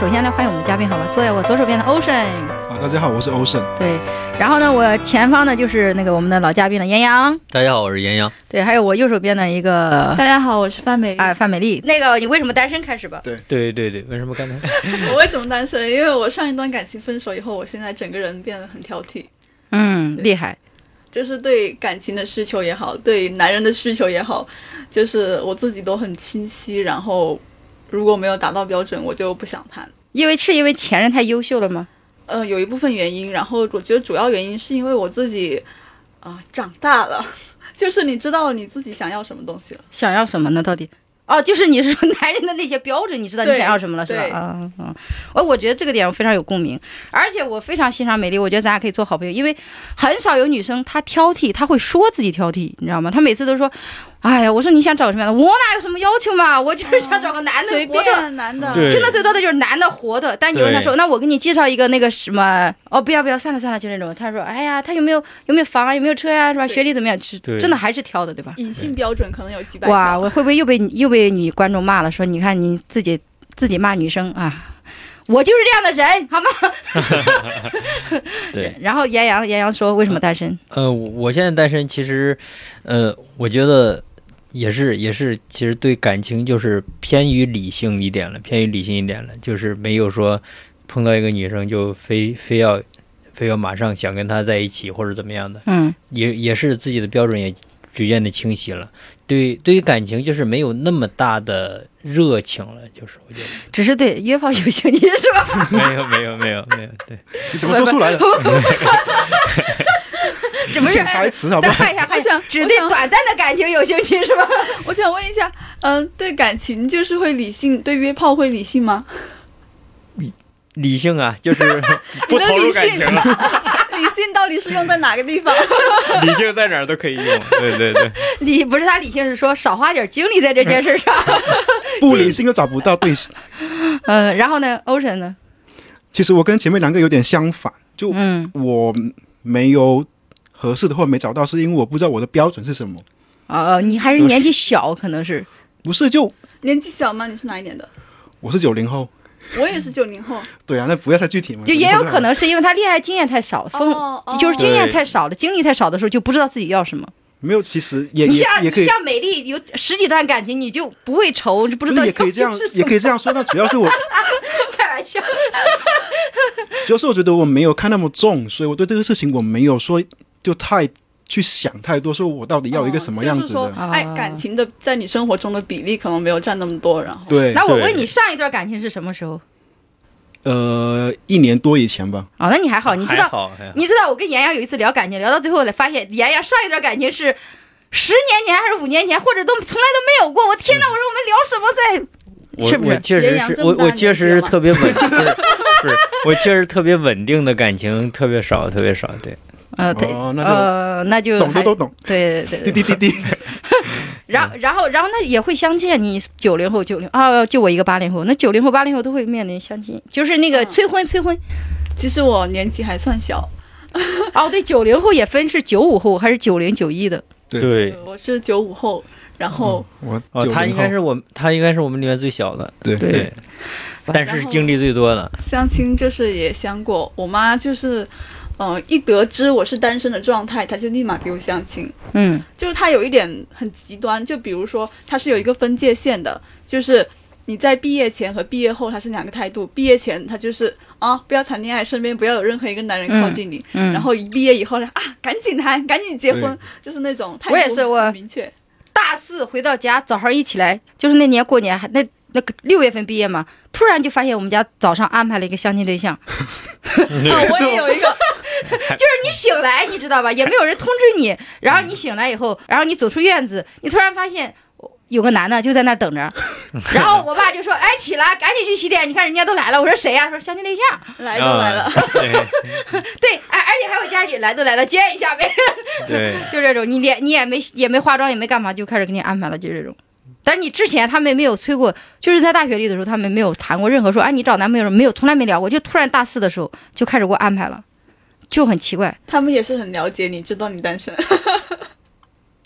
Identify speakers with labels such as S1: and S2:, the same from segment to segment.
S1: 首先来欢迎我们的嘉宾，好吧？坐在我左手边的 Ocean，
S2: 啊，大家好，我是欧胜。
S1: 对，然后呢，我前方呢就是那个我们的老嘉宾了，严阳，
S3: 大家好，我是严阳。
S1: 对，还有我右手边的一个
S4: 大家好，我是范美。
S1: 啊范美丽。那个你为什么单身开始吧？
S5: 对对对，为什么刚才？
S4: 我为什么单身？因为我上一段感情分手以后，我现在整个人变得很挑剔，
S1: 嗯，厉害，
S4: 就是对感情的需求也好，对男人的需求也好，就是我自己都很清晰。然后如果没有达到标准，我就不想谈。
S1: 因为是因为前任太优秀了吗？
S4: 呃，有一部分原因，然后我觉得主要原因是因为我自己啊、长大了， 就是你知道你自己想要什么东西了。
S1: 想要什么呢？到底？哦，就是你是说男人的那些标准，你知道你
S4: 对
S1: 想要什么了，是吧
S4: 对？
S1: 啊，嗯嗯，我我觉得这个点我非常有共鸣，而且我非常欣赏美丽，我觉得咱俩可以做好朋友，因为很少有女生她挑剔，她会说自己挑剔，你知道吗？她每次都说，哎呀，我说你想找什么样的，我哪有什么要求嘛，我就是想哎找个男的
S4: 随
S1: 活的。
S4: 便男的，
S5: 对
S1: 听的最多的就是男的活的，但你问他
S5: 对
S1: 说，那我给你介绍一个那个什么，哦，不要不要，算了算了，就那种。他说，哎呀，他有没有有没有房啊，有没有车呀、是吧？
S4: 对
S1: 学历怎么样？是
S5: 对
S1: 真的还是挑的，对吧？
S4: 隐性标准可能有几百
S1: 哇，
S4: 条
S1: 我会不会又被你又被女观众骂了？说你看你自己自己骂女生啊，我就是这样的人，好吗？
S5: 对，
S1: 然后严阳严阳说为什么单身？
S5: 呃，我我现在单身，其实，呃，我觉得也是也是，其实对感情就是偏于理性一点了，偏于理性一点了，就是没有说碰到一个女生就非非要非要马上想跟她在一起或者怎么样的，
S1: 嗯
S5: 也也是自己的标准也逐渐的清晰了。对，对于感情就是没有那么大的热情了，就是我觉 得
S1: 只是对约炮有兴趣是吧？
S5: 没有没有没有没有，对，
S2: 你怎么说出来的？
S1: 怎么是
S2: 潜？台词好不
S1: 再
S2: 好？
S1: 换一下，换一下
S4: 我想，
S1: 只
S4: 我
S1: 对
S4: 想
S1: 短暂的感情有兴趣是吧？
S4: 我想问一下，嗯、对感情就是会理性，对约炮会理性吗？
S5: 理性啊， 就是
S4: 你
S5: 不
S4: 的
S5: 投入
S4: 理
S5: 感
S4: 性
S5: 情了。
S4: 理性到底是用在哪个 地方？
S5: 理性在哪儿都可以用。对对对，
S1: 理不是他理性是说少花点精力在这件事上。
S2: 不理性又找不到对象。
S1: 嗯，然后呢，Ocean 呢？
S2: 其实我跟前面两个有点相反，就
S1: 嗯
S2: 我没有合适的或没找到，是因为我不知道我的标准是什么。
S1: 哦，你还是
S2: 就是
S1: 年纪小，可能是
S2: 不是，就
S4: 年纪小吗？你是哪一年的？
S2: 我是九零后，
S4: 我也是九零后。
S2: 对啊，那不要太具体嘛。
S1: 就也有
S2: 90后
S1: 可能是因为他恋爱经验太少，丰
S4: 哦哦
S1: 就是经验
S5: 对
S1: 太少了，经历太少的时候就不知道自己要什么。
S2: 没有，其实也
S1: 你
S2: 也
S1: 像
S2: 也
S1: 你
S2: 可以，
S1: 像美丽有十几段感情，你就不会愁，就不知
S2: 不
S1: 道
S2: 是也可以这样
S1: 究竟是，什
S2: 也
S1: 么
S2: 可以这样说。但主 要是我，
S1: 开玩笑。
S2: 主要是我觉得我没有看那么重，所以我对这个事情我没有说就太去想太多，说我到底要有一个什么样
S4: 哦就是
S2: 子
S4: 说
S2: 的。，
S1: 啊
S4: 爱感情的在你生活中的比例可能没有占那么多。然后，
S2: 对，
S1: 那我问
S5: 对
S1: 你，上一段感情是什么时候？
S2: 呃，一年多以前吧，
S1: 哦，那你还好，你知
S5: 还
S1: 道，
S5: 好还好
S1: 你知道我跟严阳有一次聊感情，聊到最后来发现，严阳上一段感情是十年前还是五年前，或者都从来都没有过。我
S2: 嗯
S1: 天哪！我说我们聊什么在？
S5: 我
S1: 是不是
S5: 我确
S4: 人
S5: 实
S4: 养
S5: 是
S4: 这么
S5: 我
S4: 大
S5: 我
S4: 年
S5: 确
S4: 纪
S5: 实是
S4: 了
S5: 特别稳，不是不是，我确实特别稳定的感情特别少，特别少。对，
S1: 呃，对，
S2: 哦那就
S1: 呃，那就
S2: 懂的
S1: 还
S2: 都懂。
S1: 对对对对。
S2: 滴滴滴滴，
S1: 然后然后然后那也会相见，你九零后九零啊，就我一个八零后，那九零后八零后都会面临相亲，就是那个
S4: 嗯
S1: 催婚催婚。
S4: 其实我年纪还算小，
S1: 哦，对，九零后也分是九五后还是九零九一的。
S2: 对嗯
S5: 对，
S4: 我是九五后。然后，
S2: 我
S5: 哦，他应该是我们，他应该是我们里面最小的，
S2: 对
S1: 对
S5: 对，但
S4: 然
S5: 是
S4: 后
S5: 经历最多的。
S4: 相亲就是也相过，我妈就是，呃，一得知我是单身的状态，她就立马给我相亲。
S1: 嗯
S4: 就是它有一点很极端，就比如说它是有一个分界线的，就是你在毕业前和毕业后它是两个态度。毕业前它就是啊，不要谈恋爱，身边不要有任何一个男人靠近你。
S1: 嗯，
S4: 然后一毕业以后呢，啊，赶紧谈，赶紧结婚，就是那种态度
S1: 我也是我
S4: 很明确。
S1: 大四回到家，早上一起来，就是那年过年还那那个六月份毕业嘛，突然就发现我们家早上安排了一个相亲对象，
S4: 啊，我也有一个，
S1: 就是你醒来，你知道吧，也没有人通知你，然后你醒来以后，然后你走出院子，你突然发现。有个男的就在那儿等着，然后我爸就说：“哎，起来，赶紧去洗脸！你看人家都来了。”我说：“谁呀、说相亲对象。
S4: 来都来了
S5: 啊，对
S1: 对，哎，而且还有家里来都来了，接 一下呗。
S5: 对，
S1: 就这种，你连你也没也没化妆，也没干嘛，就开始给你安排了，就这种。但是你之前他们没有催过，就是在大学里的时候，他们没有谈过任何说，哎，你找男朋友了没有，从来没聊过，就突然大四的时候就开始给我安排了，就很奇怪。
S4: 他们也是很了解你，知道你单身。
S1: 啊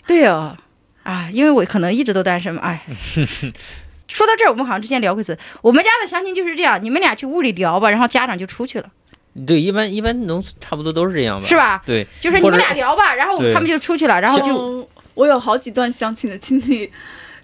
S1: 对哦，啊，因为我可能一直都单身嘛，哎，说到这儿，我们好像之前聊过一次，我们家的相亲就是这样，你们俩去屋里聊吧，然后家长就出去了，
S5: 对，一般一般农村差不多都是这样吧，
S1: 是？吧？
S5: 对，
S1: 就是你们俩聊吧，然后
S5: 嗯对
S1: 他们就出去了，然后就
S4: 嗯我有好几段相亲的经历，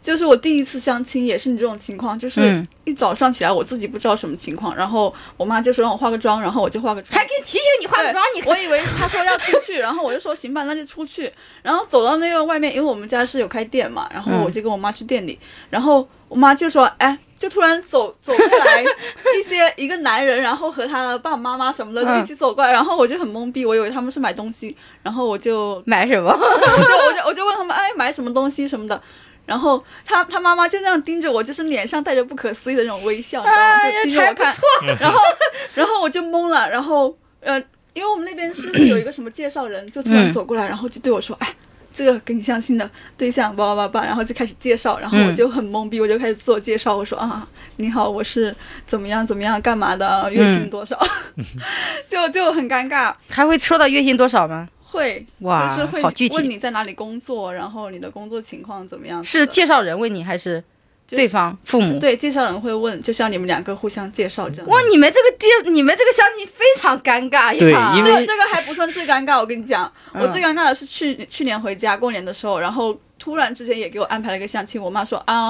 S4: 就是我第一次相亲也是你这种情况，就是
S1: 嗯，
S4: 一早上起来我自己不知道什么情况，然后我妈就说让我化个妆，然后我就化个妆
S1: 还。给提醒你化个妆，你
S4: 我以为她说要出去，然后我就说行吧，那就出去。然后走到那个外面，因为我们家是有开店嘛，然后
S1: 嗯
S4: 我就跟我妈去店里，然后我妈就说：“哎，就突然走走过 来一些一个男人，然后和他的爸爸妈妈什么的就一起走过来，然后我就很懵逼，我以为他们是买东西，然后我就
S1: 买什么？
S4: 我就我就 我就问他们，哎，买什么东西什么的。然后他他妈妈就那样盯着我，就是脸上带着不可思议的那种微笑，你知道吗？就盯着我看。然后然后我就懵了，然后呃，因为我们那边是不是有一个什么介绍人，就突然
S1: 嗯
S4: 走过来，然后就对我说，哎。这个跟你相亲的对象，叭叭叭叭，然后就开始介绍，然后我
S1: 嗯
S4: 就很懵逼，我就开始自我介绍，我说啊，你好，我是怎么样怎么样，干嘛的，月薪
S1: 嗯
S4: 多少，就就很尴尬，
S1: 还会说到月薪多少吗？
S4: 会，
S1: 哇
S4: 就是会
S1: 好具体
S4: 问你在哪里工作，然后你的工作情况怎么样子的？
S1: 是介绍人问你还是
S4: 就是
S1: 对方父母？
S4: 对介绍人会问，就像你们两个互相介绍这样。
S1: 哇，你们这个介，你们这个相亲非常尴尬呀！
S5: 对因
S4: 这
S5: 为
S4: 个这个还不算最尴尬，我跟你讲，
S1: 嗯
S4: 我最尴尬的是去去年回家过年的时候，然后突然之间也给我安排了一个相亲，我妈说啊。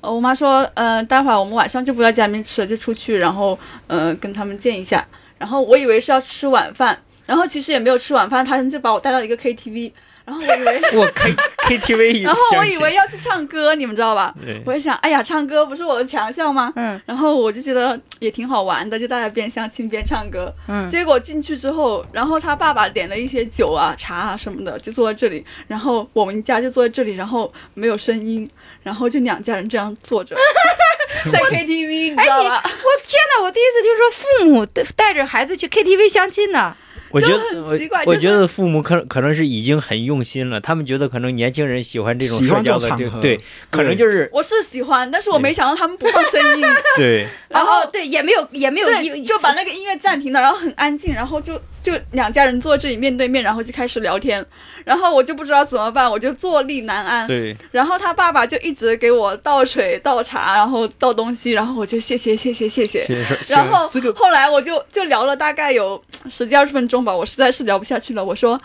S4: 呃我妈说，呃，待会儿我们晚上就不在家里面吃了，就出去，然后，呃，跟他们见一下。然后我以为是要吃晚饭，然后其实也没有吃晚饭，他们就把我带到一个 KTV，然后我以为，
S5: 我 K K T V，
S4: 然后我以为要去唱歌，你们知道吧？
S5: 对
S4: 我也想，哎呀，唱歌不是我的强项吗？
S1: 嗯
S4: 然后我就觉得也挺好玩的，就大家边相亲边唱歌。
S1: 嗯
S4: 结果进去之后，然后他爸爸点了一些酒啊、茶啊什么的，就坐在这里，然后我们家就坐在这里，然后没有声音，然后就两家人这样坐着， 在 KTV，你知道吧？
S1: 我天哪，我第一次听说父母带带着孩子去 KTV 相亲呢。
S5: 我觉
S4: 就
S5: 得
S4: 很奇怪
S5: 我，我
S4: 就是
S5: 觉得父母可可能是已经很用心了，他们觉得可能年轻人喜欢这种
S2: 喜
S5: 社
S2: 欢这
S5: 交
S2: 种
S5: 的
S2: 场
S5: 地
S2: 合，
S5: 方，对，可能就是
S4: 我是喜欢，但是我没想到他们不放声音，
S5: 对，
S1: 然
S4: 然
S1: 后
S4: 后
S1: 对，也没有也没有
S4: 对，
S1: 一
S4: 就把那个音乐暂停了，然后很安静，然后就就两家人坐这里面对面，然后就开始聊天，然后我就不知道怎么办，我就坐立难安。
S5: 对，
S4: 然后他爸爸就一直给我倒水、倒茶，然后倒东西，然后我就谢谢谢谢谢谢。
S5: 是是
S4: 然后
S2: 这个
S4: 后来我就就聊了大概有十几二十分钟吧，我实在是聊不下去了，我说：“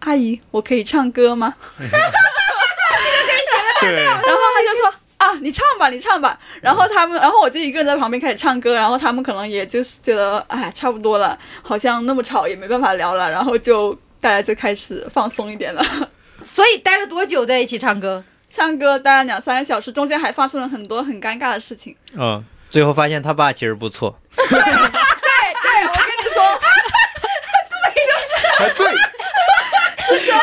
S4: 阿姨，我可以唱歌吗？”
S5: 对，
S4: 然后他就说。啊，你唱吧，你唱吧。然后他们，然后我就一个人在旁边开始唱歌。然后他们可能也就是觉得，哎，差不多了，好像那么吵也没办法聊了。然后就大家就开始放松一点了，
S1: 所以待了多久在一起唱歌？
S4: 唱歌待了两三个小时，中间还发生了很多很尴尬的事情。
S5: 嗯，最后发现他爸其实不错，
S4: 对，我跟你说，
S2: 哎对，
S4: 我跟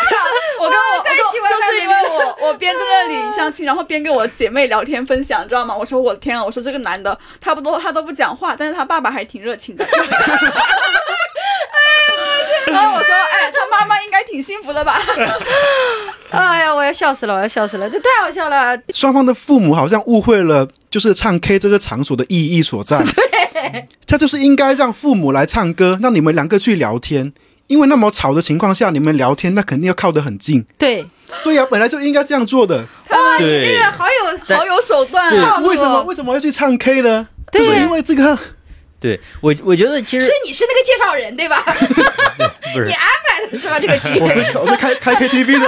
S4: 我，我
S1: 太
S4: 跟
S1: 喜欢
S4: 就是
S1: 了
S4: 因为我我边在那里相亲，然后边跟我姐妹聊天分享，知道吗？我说我的天啊，我说这个男的他不多，他都不讲话，但是他爸爸还挺热情的。 然后我说，哎，他妈妈应该挺幸福的吧？
S1: 哎呀，我要笑死了，我要笑死了，这太好笑了。
S2: 双方的父母好像误会了，就是唱 K 这个场所的意义 所在。对，他就是应该让父母来唱歌，让你们两个去聊天。因为那么吵的情况下，你们聊天那肯定要靠得很 近。
S1: 对，
S2: 对呀、本来就应该这样做的。
S1: 哇，你这
S5: 对
S1: 个好有
S5: 但
S4: 好有手段啊！
S1: 差不多
S2: 为什么为什么要去唱 K 呢？
S1: 对
S2: 就是因为这个
S5: 对我我觉得其实
S1: 是你是那个介绍人对吧？
S5: 不 是
S1: 你安排的是吧？这个局？
S2: 我是我是 开开 KTV 的，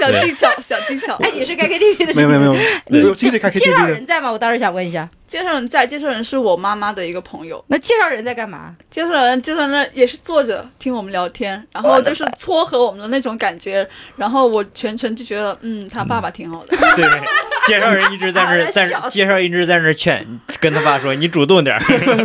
S4: 小技巧，小技巧。
S1: 哎，你是开 KTV 的？
S2: 没有没有没有，我
S5: 对
S2: 有亲戚开
S1: 介绍
S2: KTV 的，
S1: 人在吗？我当时想问一下，
S4: 介绍人在，介绍人是我妈妈的一个朋友，
S1: 那介绍人在干嘛？
S4: 介绍人介绍人也是坐着听我们聊天，然后就是撮合我们的那种感觉，然后我全程就觉得，嗯，他爸爸挺好的。
S5: 对，介绍人一直在那儿在那儿介绍一直在那儿劝，跟他爸说你主动点儿，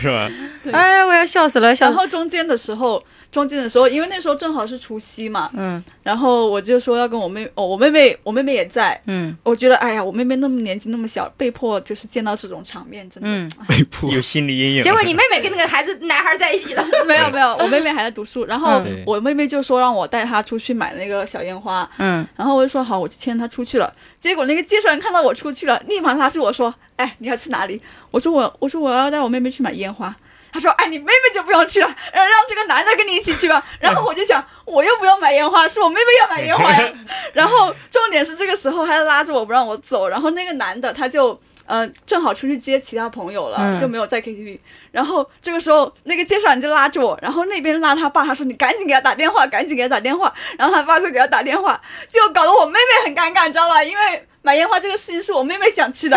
S5: 是吧？
S1: 哎呀，我要笑死了，笑
S4: 然
S1: 死了。
S4: 后中间的时候，中间的时候，因为那时候正好是除夕嘛，
S1: 嗯
S4: 然后我就说要跟我妹，哦，我妹妹，我妹妹也在。
S1: 嗯
S4: 我觉得，哎呀，我妹妹那么年纪那么小，被迫就是见到这种场面，真的、
S1: 嗯，
S2: 被迫
S5: 有心理阴影。啊
S1: 结果你妹妹跟那个孩子男孩在一起了。
S4: 没有没有，我妹妹还在读书。然后
S5: 嗯
S4: 我妹妹就说让我带她出去买那个小烟花，
S1: 嗯，
S4: 然后我就说好，我就牵她出去了。结果那个介绍人看到我出去了，立马拉住我说，哎，你要去哪里？我说我我说我要带我妹妹去买烟花。他说：“哎，你妹妹就不用去了，呃让让这个男的跟你一起去吧。”然后我就想，我又不要买烟花，是我妹妹要买烟花呀。 然后重点是这个时候他拉着我不让我走，然后那个男的他就呃正好出去接其他朋友了，
S1: 嗯
S4: 就没有在 KTV。然后这个时候那个介绍人就拉着我，然后那边拉他爸，他说：“你赶紧给他打电话，赶紧给他打电话。”然后他爸就给他打电话，就搞得我妹妹很尴尬，你知道吧？因为买烟花这个事情是我妹妹想去的，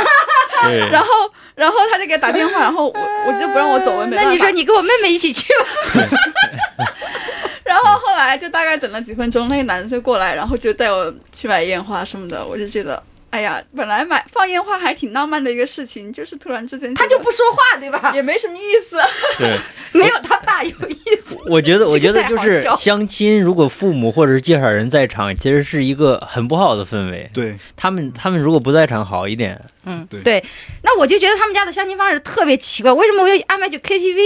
S5: 对，
S4: 然后然后他就给他打电话，然后我我就不让我走，我也没办
S1: 嗯那
S4: 法
S1: 你说你跟我妹妹一起去吧。
S4: 然后后来就大概等了几分钟，那个男的就过来，然后就带我去买烟花什么的，我就觉得。哎呀，本来买放烟花还挺浪漫的一个事情，就是突然之间
S1: 他就不说话，对吧？
S4: 也没什么意思。
S5: 对，
S1: 没有他爸有意思。
S5: 我觉得，我觉得
S4: 这
S5: 就
S4: 个太好
S5: 是
S4: 笑
S5: 相亲，如果父母或者是介绍人在场，其实是一个很不好的氛围。
S2: 对，
S5: 他们他们如果不在场好一点，
S1: 嗯，
S2: 对
S1: 那我就觉得他们家的相亲方式特别奇怪，为什么我要安排去 KTV？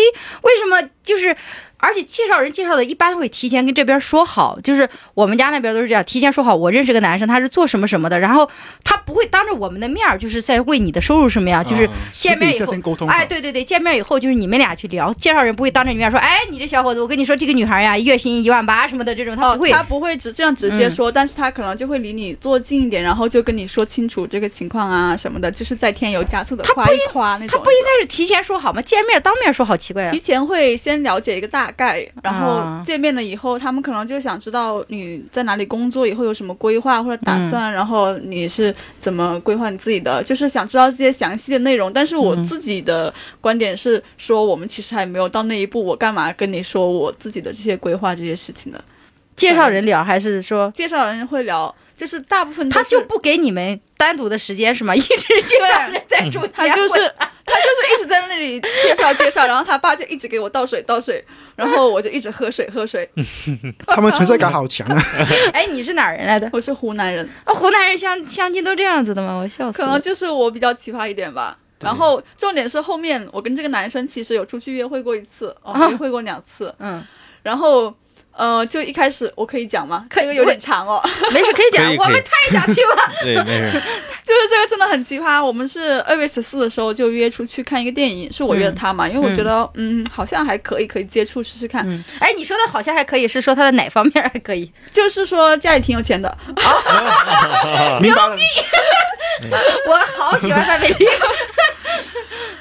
S1: 为什么就是，而且介绍人介绍的一般会提前跟这边说好，就是我们家那边都是这样，提前说好，我认识个男生，他是做什么什么的，然后他不会当着我们的面儿，就是在为你的收入什么呀，就是
S2: 啊
S1: 见面
S2: 私底
S1: 以
S2: 下
S1: 后
S2: 先沟通好，
S1: 哎，对对对，见面以后就是你们俩去聊，介绍人不会当着你面说，哎，你这小伙子，我跟你说这个女孩呀，月薪一万八什么的这种，哦他不会。嗯
S4: 他不会直这样直接说，但是他可能就会离你坐近一点，然后就跟你说清楚这个情况啊什么的，就是在添油加醋的
S1: 他不
S4: 夸一夸那
S1: 他
S4: 种。
S1: 不应该是提前说好吗？见面当面说好，奇怪啊
S4: 提！前会先了解一个大概，然
S1: 啊
S4: 后见面了以后，他们可能就想知道你在哪里工作，以后有什么规划或者打算，
S1: 嗯
S4: 然后你是怎么规划你自己的，就是想知道这些详细的内容。但是我
S1: 嗯
S4: 自己的观点是说，我们其实还没有到那一步，我干嘛跟你说我自己的这些规划这些事情呢？
S1: 介绍人聊还是说
S4: 介绍人会聊，就是大部分都
S1: 他
S4: 是
S1: 就不给你们单独的时间是吗？一 直介绍人在中间，
S4: 嗯他就是他就是一直在那里介绍介绍，然后他爸就一直给我倒水倒水，然后我就一直喝水喝水。
S1: 嗯
S2: 他们存在感好强啊！
S1: 哎，你是哪儿人来的？
S4: 我是湖南人。
S1: 啊，湖南人相相亲都这样子的吗？我笑死
S4: 可
S1: 了。
S4: 能就是我比较奇葩一点吧。然后重点是后面我跟这个男生其实有出去约会过一次，哦，
S1: 啊
S4: 约会过两次。
S1: 嗯，
S4: 然后呃，就一开始我可以讲吗？
S1: 可以
S4: 这个有点长哦，
S1: 没事可以讲
S5: 可以，
S1: 我
S5: 可
S1: 们
S5: 以
S1: 太想听 了。
S5: 对，没事。
S4: 就是这个真的很奇葩。我们是二月十四的时候就约出去看一个电影，是我约的他嘛，因为我觉得嗯好像还可以，可以接触试试看。
S1: 嗯，哎，你说的好像还可以，是说他的哪方面还可以？
S4: 就是说家里挺有钱的，
S2: 明白了，
S1: 我好喜欢范伟 丽。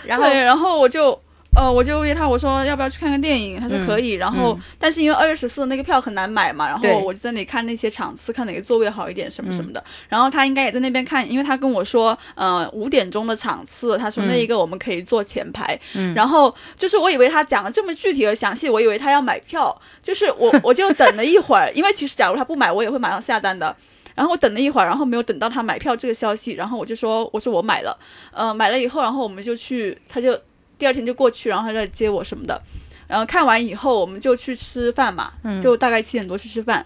S1: 然后
S4: 对，然后我就。呃，我就约他，我说要不要去看个电影？他说
S1: 嗯
S4: 可以。然后，
S1: 嗯
S4: 但是因为二月十四那个票很难买嘛，然
S1: 对嗯
S4: 后我就在那里看那些场次，看哪个座位好一点，什么什么的。然后他应该也在那边看，因为他跟我说，呃，五点钟的场次，他说那一个我们可以坐前排。
S1: 嗯
S4: 然后就是我以为他讲的这么具体和详细，我以为他要买票，就是我我就等了一会儿，因为其实假如他不买，我也会马上下单的。然后我等了一会儿，然后没有等到他买票这个消息，然后我就说我说我买了，呃，买了以后，然后我们就去，他就第二天就过去，然后他就来接我什么的。然后看完以后，我们就去吃饭嘛，
S1: 嗯
S4: 就大概七点多去吃饭。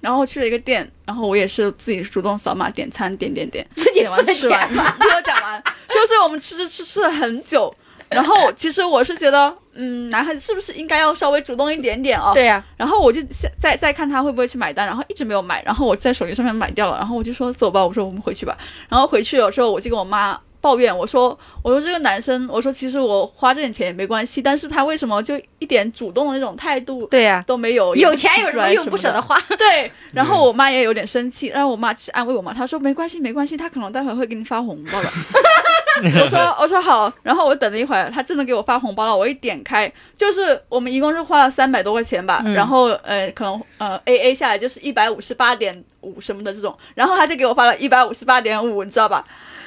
S4: 然后去了一个店，然后我也是自己主动扫码点餐，点点点，
S1: 自己
S4: 点
S1: 付
S4: 完
S1: 的
S4: 吃完
S1: 钱，吗？
S4: 听我讲完， 就是我们吃吃吃吃了很久。然后其实我是觉得，嗯，男孩子是不是应该要稍微主动一点点哦？
S1: 对呀，
S4: 然后我就再再再看他会不会去买单，然后一直没有买，然后我在手机上面买掉了，然后我就说走吧，我说我们回去吧。然后回去了之后，我就跟我妈抱怨，我说我说这个男生，我说其实我花这点钱也没关系，但是他为什么就一点主动的那种态度
S1: 对呀，
S4: 都没有？也
S1: 有
S4: 不提
S1: 钱有什
S4: 出
S1: 么
S4: 来
S1: 用
S4: 什
S1: 不舍
S4: 的
S1: 得花？
S4: 对，然后我妈也有点生气，然后我妈就是安慰我妈，她说没关系没关系，她可能待会儿会给你发红包的。 我说我说好，然后我等了一会儿，她真的给我发红包了。我一点开，就是我们一共是花了三百多块钱吧，
S1: 嗯
S4: 然后呃可能呃 A A 下来就是一百五十八点五什么的这种，然后她就给我发了一百五十八点五，你知道吧？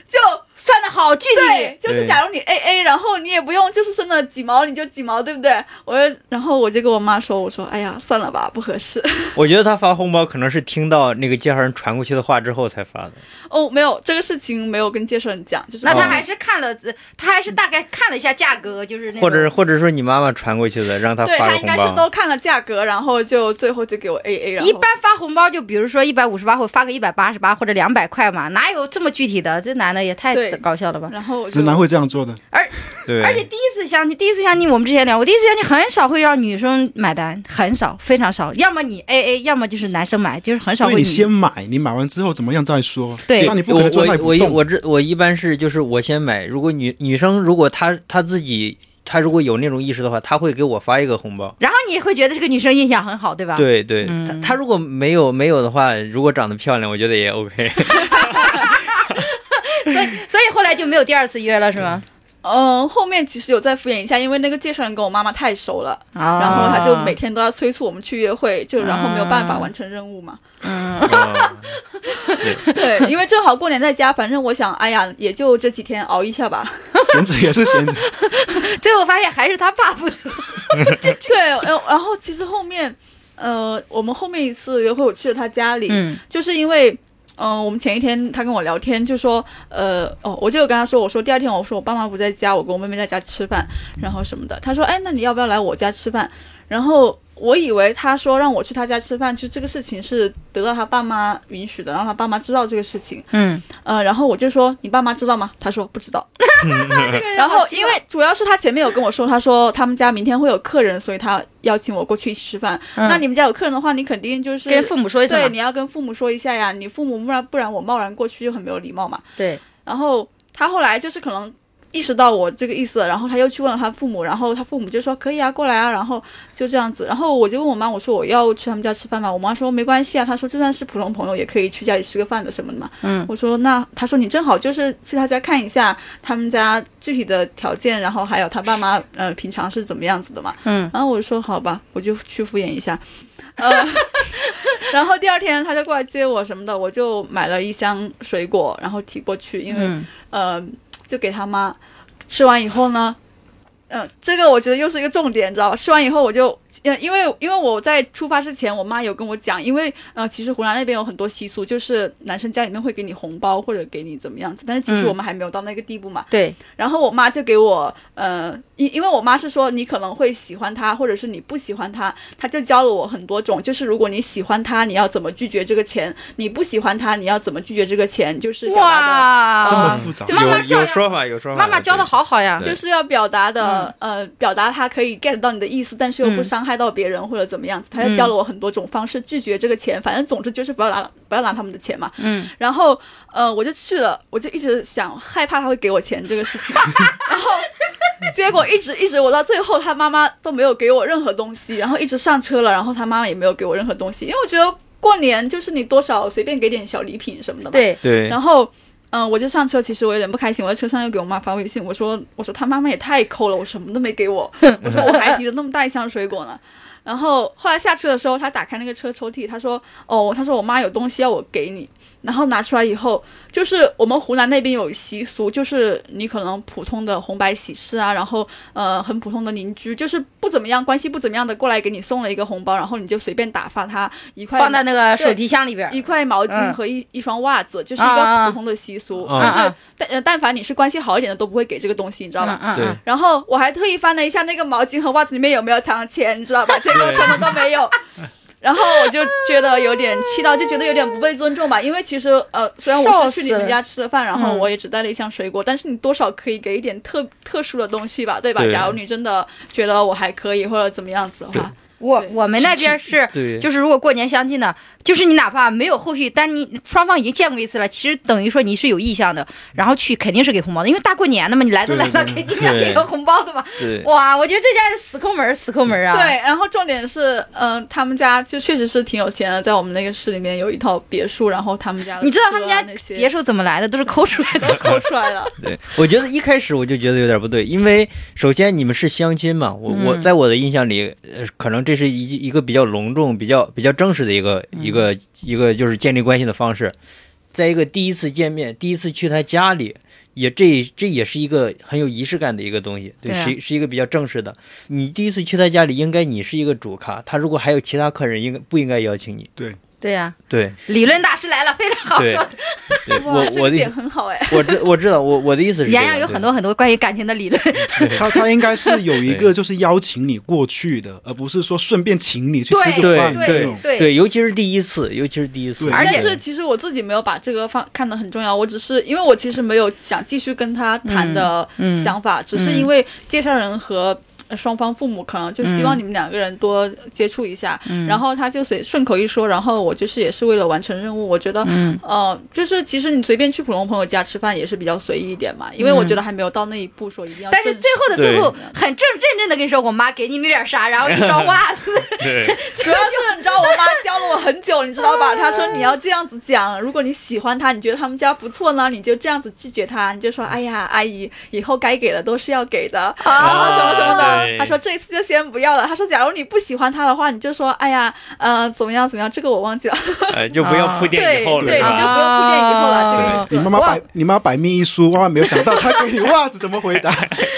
S4: 就
S1: 算的好具
S4: 对
S1: 体，，
S4: 就是
S5: 对
S4: 假如你 A A，然后你也不用就是剩了几毛你就几毛，对不对？我就然后我就跟我妈说，我说哎呀算了吧，不合适。
S5: 我觉得他发红包可能是听到那个介绍人传过去的话之后才发的。
S4: 哦，没有这个事情没有跟介绍人讲，就是
S1: 那
S4: 我
S1: 他
S5: 哦
S1: 还是看了，他还是大概看了一下价格，就是那
S5: 或者
S1: 种
S5: 或者说你妈妈传过去的，让他
S4: 对
S5: 发
S4: 他
S5: 个
S4: 应该
S5: 红
S4: 是都
S5: 包。
S4: 看了价格，然后就最后就给我 A A，然后
S1: 一般发红包就比如说一百五十八会发个一百八十八或者两百块嘛，哪有这么具体的？这男的也太
S4: 对
S1: 搞笑了吧！
S4: 然后我就
S2: 直男会这样做的，
S5: 对，
S1: 而且第一次相亲，第一次相亲我们之前聊过，第一次相亲很少会让女生买单，很少，非常少，要么你 A A，要么就是男生买，就是很少
S2: 因
S1: 会
S2: 为你
S1: 女
S2: 先买，你买完之后怎么样再说。
S1: 对
S2: 那你不
S5: 我
S2: 可能坐那里
S5: 我我
S2: 不
S5: 一
S2: 动。
S5: 我这我一般是就是我先买，如果女女生如果她她自己。他如果有那种意识的话，他会给我发一个红包。
S1: 然后你也会觉得这个女生印象很好，对吧？
S5: 对对，
S1: 嗯
S5: 他他如果没有没有的话，如果长得漂亮，我觉得也 OK。
S1: 所以所以后来就没有第二次约了，是吗？
S4: 嗯，后面其实有再敷衍一下，因为那个介绍人跟我妈妈太熟了，
S1: 啊
S4: 然后他就每天都要催促我们去约会，就然后没有办法完成任务嘛。
S5: 啊
S4: 对，因为正好过年在家，反正我想，哎呀，也就这几天熬一下吧。
S2: 闲着也是 闲着，
S1: 最后发现还是他爸不错。
S4: 对，然后然后其实后面，呃，我们后面一次约会我去了他家里，
S1: 嗯
S4: 就是因为。嗯，我们前一天他跟我聊天，就说，呃，哦，我就有跟他说，我说第二天我说我爸妈不在家，我跟我妹妹在家吃饭，然后什么的。他说，哎，那你要不要来我家吃饭？然后我以为他说让我去他家吃饭，就这个事情是得到他爸妈允许的，让他爸妈知道这个事情。
S1: 嗯，
S4: 呃，然后我就说你爸妈知道吗？他说不知道。
S1: 嗯
S4: 然后因为主要是他前面有跟我说，他说他们家明天会有客人，所以他邀请我过去一起吃饭。那你们家有客人的话，你肯定就是
S1: 嗯跟父母说一声
S4: 对，
S1: 嘛
S4: 你要跟父母说一下呀。你父母不然不然我贸然过去就很没有礼貌嘛。
S1: 对，
S4: 然后他后来就是可能意识到我这个意思了，然后他又去问了他父母，然后他父母就说可以啊，过来啊，然后就这样子。然后我就问我妈，我说我要去他们家吃饭嘛，我妈说没关系啊，她说就算是普通朋友也可以去家里吃个饭的什么的嘛。
S1: 嗯，
S4: 我说那她说你正好就是去他家看一下他们家具体的条件，然后还有他爸妈呃平常是怎么样子的嘛。
S1: 嗯，
S4: 然后我说好吧，我就去敷衍一下。呃， 然后第二天他就过来接我什么的，我就买了一箱水果，然后提过去，因为、
S1: 嗯，
S4: 呃，就给他妈。吃完以后呢，嗯、这个我觉得又是一个重点，你知道吧？吃完以后我就，呃因为因为我在出发之前，我妈有跟我讲，因为呃，其实湖南那边有很多习俗，就是男生家里面会给你红包或者给你怎么样子，但是其实
S1: 嗯
S4: 我们还没有到那个地步嘛。
S1: 对，
S4: 然后我妈就给我，呃，因因为我妈是说你可能会喜欢他，或者是你不喜欢他，她就教了我很多种，就是如果你喜欢他，你要怎么拒绝这个钱；你不喜欢他，你要怎么拒绝这个钱，就是表达的
S1: 哇，
S2: 这 么复杂
S1: 啊就。妈妈教
S5: 有有
S1: 呀
S5: 说法，有说法。
S1: 妈妈教的好好呀，
S5: 对
S4: 就是要表达的，呃，表达他可以 get 到你的意思，但是又不伤害到别人或者怎么样子。他就教了我很多种方式拒绝这个钱，反正总之就是不要拿不要拿他们的钱嘛。
S1: 嗯，
S4: 然后呃，我就去了，我就一直想害怕他会给我钱这个事情，然 后结果一直一直我到最后他妈妈都没有给我任何东西，然后一直上车了，然后他妈妈也没有给我任何东西，因为我觉得过年就是你多少随便给点小礼品什么的嘛。
S1: 对，
S5: 对
S4: 然后，嗯、我就上车，其实我有点不开心，我在车上又给我妈发微信，我说，我说她妈妈也太抠了，我什么都没给 我，我说我还提了那么大一箱水果呢。然后后来下车的时候，她打开那个车抽屉，她说，哦，她说我妈有东西要我给你。然后拿出来以后，就是我们湖南那边有习俗，就是你可能普通的红白喜事啊，然后呃很普通的邻居，就是不怎么样关系不怎么样的过来给你送了一个红包，然后你就随便打发他一块
S1: 放在那个手
S4: 对
S1: 提箱里边儿，
S4: 一块毛巾
S1: 嗯
S4: 和一、一双袜子，就是一
S1: 啊
S4: 个
S1: 啊
S4: 普通的习俗，
S5: 啊
S4: 就是、
S1: 啊
S4: 但呃但凡你是关系好一点的，都不会给这个东西，你知道吧？
S1: 嗯
S5: 对
S1: 嗯，
S4: 然后我还特意翻了一下那个毛巾和袜子里面有没有藏钱，你知道 吧？结果什么都没有。然后我就觉得有点气到，就觉得有点不被尊重吧。因为其实呃，虽然我
S1: 笑
S4: 是
S1: 死
S4: 去你们家吃了饭，然后
S1: 嗯
S4: 我也只带了一箱水果，但是你多少可以给一点特特殊的东西吧，对吧？
S5: 对
S4: 假如你真的觉得我还可以或者怎么样子的
S5: 对
S4: 话，
S1: 我
S4: 对
S1: 我们那边是。
S5: 对，
S1: 就是如果过年相亲的，就是你哪怕没有后续，但你双方已经见过一次了，其实等于说你是有意向的，然后去肯定是给红包的，因为大过年的嘛，你来都来了，
S2: 对
S1: 肯定要给个红包的嘛。
S5: 对
S1: 哇，我觉得这家是死抠门儿，死抠门儿啊！
S4: 对，，然后重点是，嗯、他们家就确实是挺有钱的，在我们那个市里面有一套别墅，然后他们家的
S1: 你知道
S4: 车
S1: 他们
S4: 啊
S1: 家
S4: 那些
S1: 别墅怎么来的，都是抠出来的。
S4: 抠 出来了，
S5: 对，我觉得一开始我就觉得有点不对，因为首先你们是相亲嘛，我、我
S1: 嗯
S5: 在我的印象里，呃，可能这是一一个比较隆重、比较比较正式的一个、
S1: 嗯
S5: 一个一个就是建立关系的方式。再一个，第一次见面，第一次去他家里，也这这也是一个很有仪式感的一个东西，对，
S1: 对啊
S5: 是是一个比较正式的。你第一次去他家里，应该你是一个主咖，他如果还有其他客人，应该不应该邀请你？
S1: 对呀、
S5: 对，
S1: 理论大师来了，非常好
S5: 对
S1: 哦说的。
S5: 对
S4: 哇
S5: 我
S4: 这
S5: 我
S4: 个
S5: 的意
S4: 点
S5: 思
S4: 很好哎，
S5: 我知我知道我我的意思是这
S1: 洋
S5: 样，
S1: 洋有
S5: 对
S1: 很多很多关于感情的理论，
S2: 他他应该是有一个就是邀请你过去的，而不是说顺便请你去吃个
S1: 对
S2: 饭这
S1: 对
S2: 种。
S1: 对
S5: 对，尤其是第一次，尤其是第一次，
S2: 对
S1: 而且
S4: 但是其实我自己没有把这个放看得很重要，我只是因为我其实没有想继续跟他谈的
S1: 嗯嗯
S4: 想法，只是因为介绍人和呃双方父母可能就希望
S1: 嗯
S4: 你们两个人多接触一下，然后他就随顺口一说，然后我就是也是为了完成任务，我觉得，
S1: 嗯
S4: 呃，就是其实你随便去普通朋友家吃饭也是比较随意一点嘛，因为我觉得还没有到那一步说一定要正
S1: 嗯但
S4: 式，
S1: 是最后的最后，很正认真的跟你说，我妈给你们点啥，然后一双袜子，
S3: 对，
S4: 主要是你知道，我妈教了我很久，你知道吧？她说你要这样子讲，如果你喜欢他，你觉得他们家不错呢，你就这样子拒绝他，你就说：“哎呀，阿姨，以后该给的都是要给的。”然
S1: 啊
S4: 后什么什么
S3: 对
S4: 的。她说这次就先不要了。她说，假如你不喜欢他的话，你就说：“哎呀，呃，怎么样怎么样？这个我忘记了。
S3: 哎，就不要铺垫
S4: 对
S3: 以后了，啊
S4: 对，
S3: 是
S4: 你就
S3: 吧
S4: 不用铺垫以后了，这个意思。
S2: 你妈妈百你妈妈百密一疏，万万没有想到她给你袜子怎么 回答？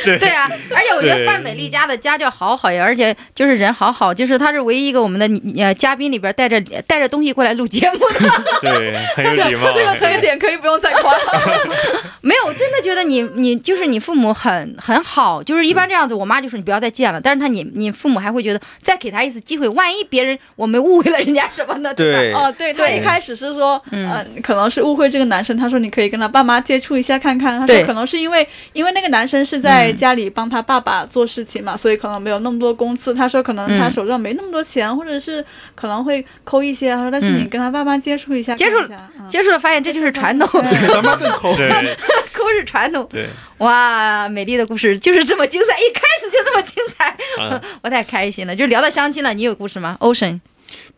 S1: 对啊，而且我觉得
S3: 对
S1: 范美丽家的家教好好呀，而且就是人好好，就是她是唯一一个我们的呃嘉宾里边带着带着东西过来录节目的，
S3: 对，很有礼貌。
S4: 这个这一点可以不用再夸了。
S1: 没有，真的觉得你你就是你父母很很好，就是一般这样子，我妈就说你不要再见了，但是她你你父母还会觉得再给她一次机会，万一别人我们误会了人家什么呢？吧？
S5: 对，
S4: 哦，对，她
S1: 对
S4: 一开始是说，
S1: 嗯
S4: 嗯、可能是误会这个男生。她说你可以跟他爸妈接触一下看看。她
S1: 对嗯
S4: 说可能是因为因为那个男生是在家里帮他爸爸做事情嘛，所以可能没有那么多工资。她说可能他
S1: 嗯
S4: 手上没那么多钱，或者是可能会抠一些。她说但是你
S1: 嗯
S4: 跟他爸妈接触一下，
S1: 接触
S4: 看一下嗯
S1: 接触了发现这就是传统，
S2: 咱妈更抠。
S3: 啊对
S1: 抠是传统。
S3: 对，
S1: 哇，美丽的故事就是这么精彩，一开始就这么精彩，
S3: 啊，
S1: 我太开心了。就聊到相亲了，你有故事吗？Ocean，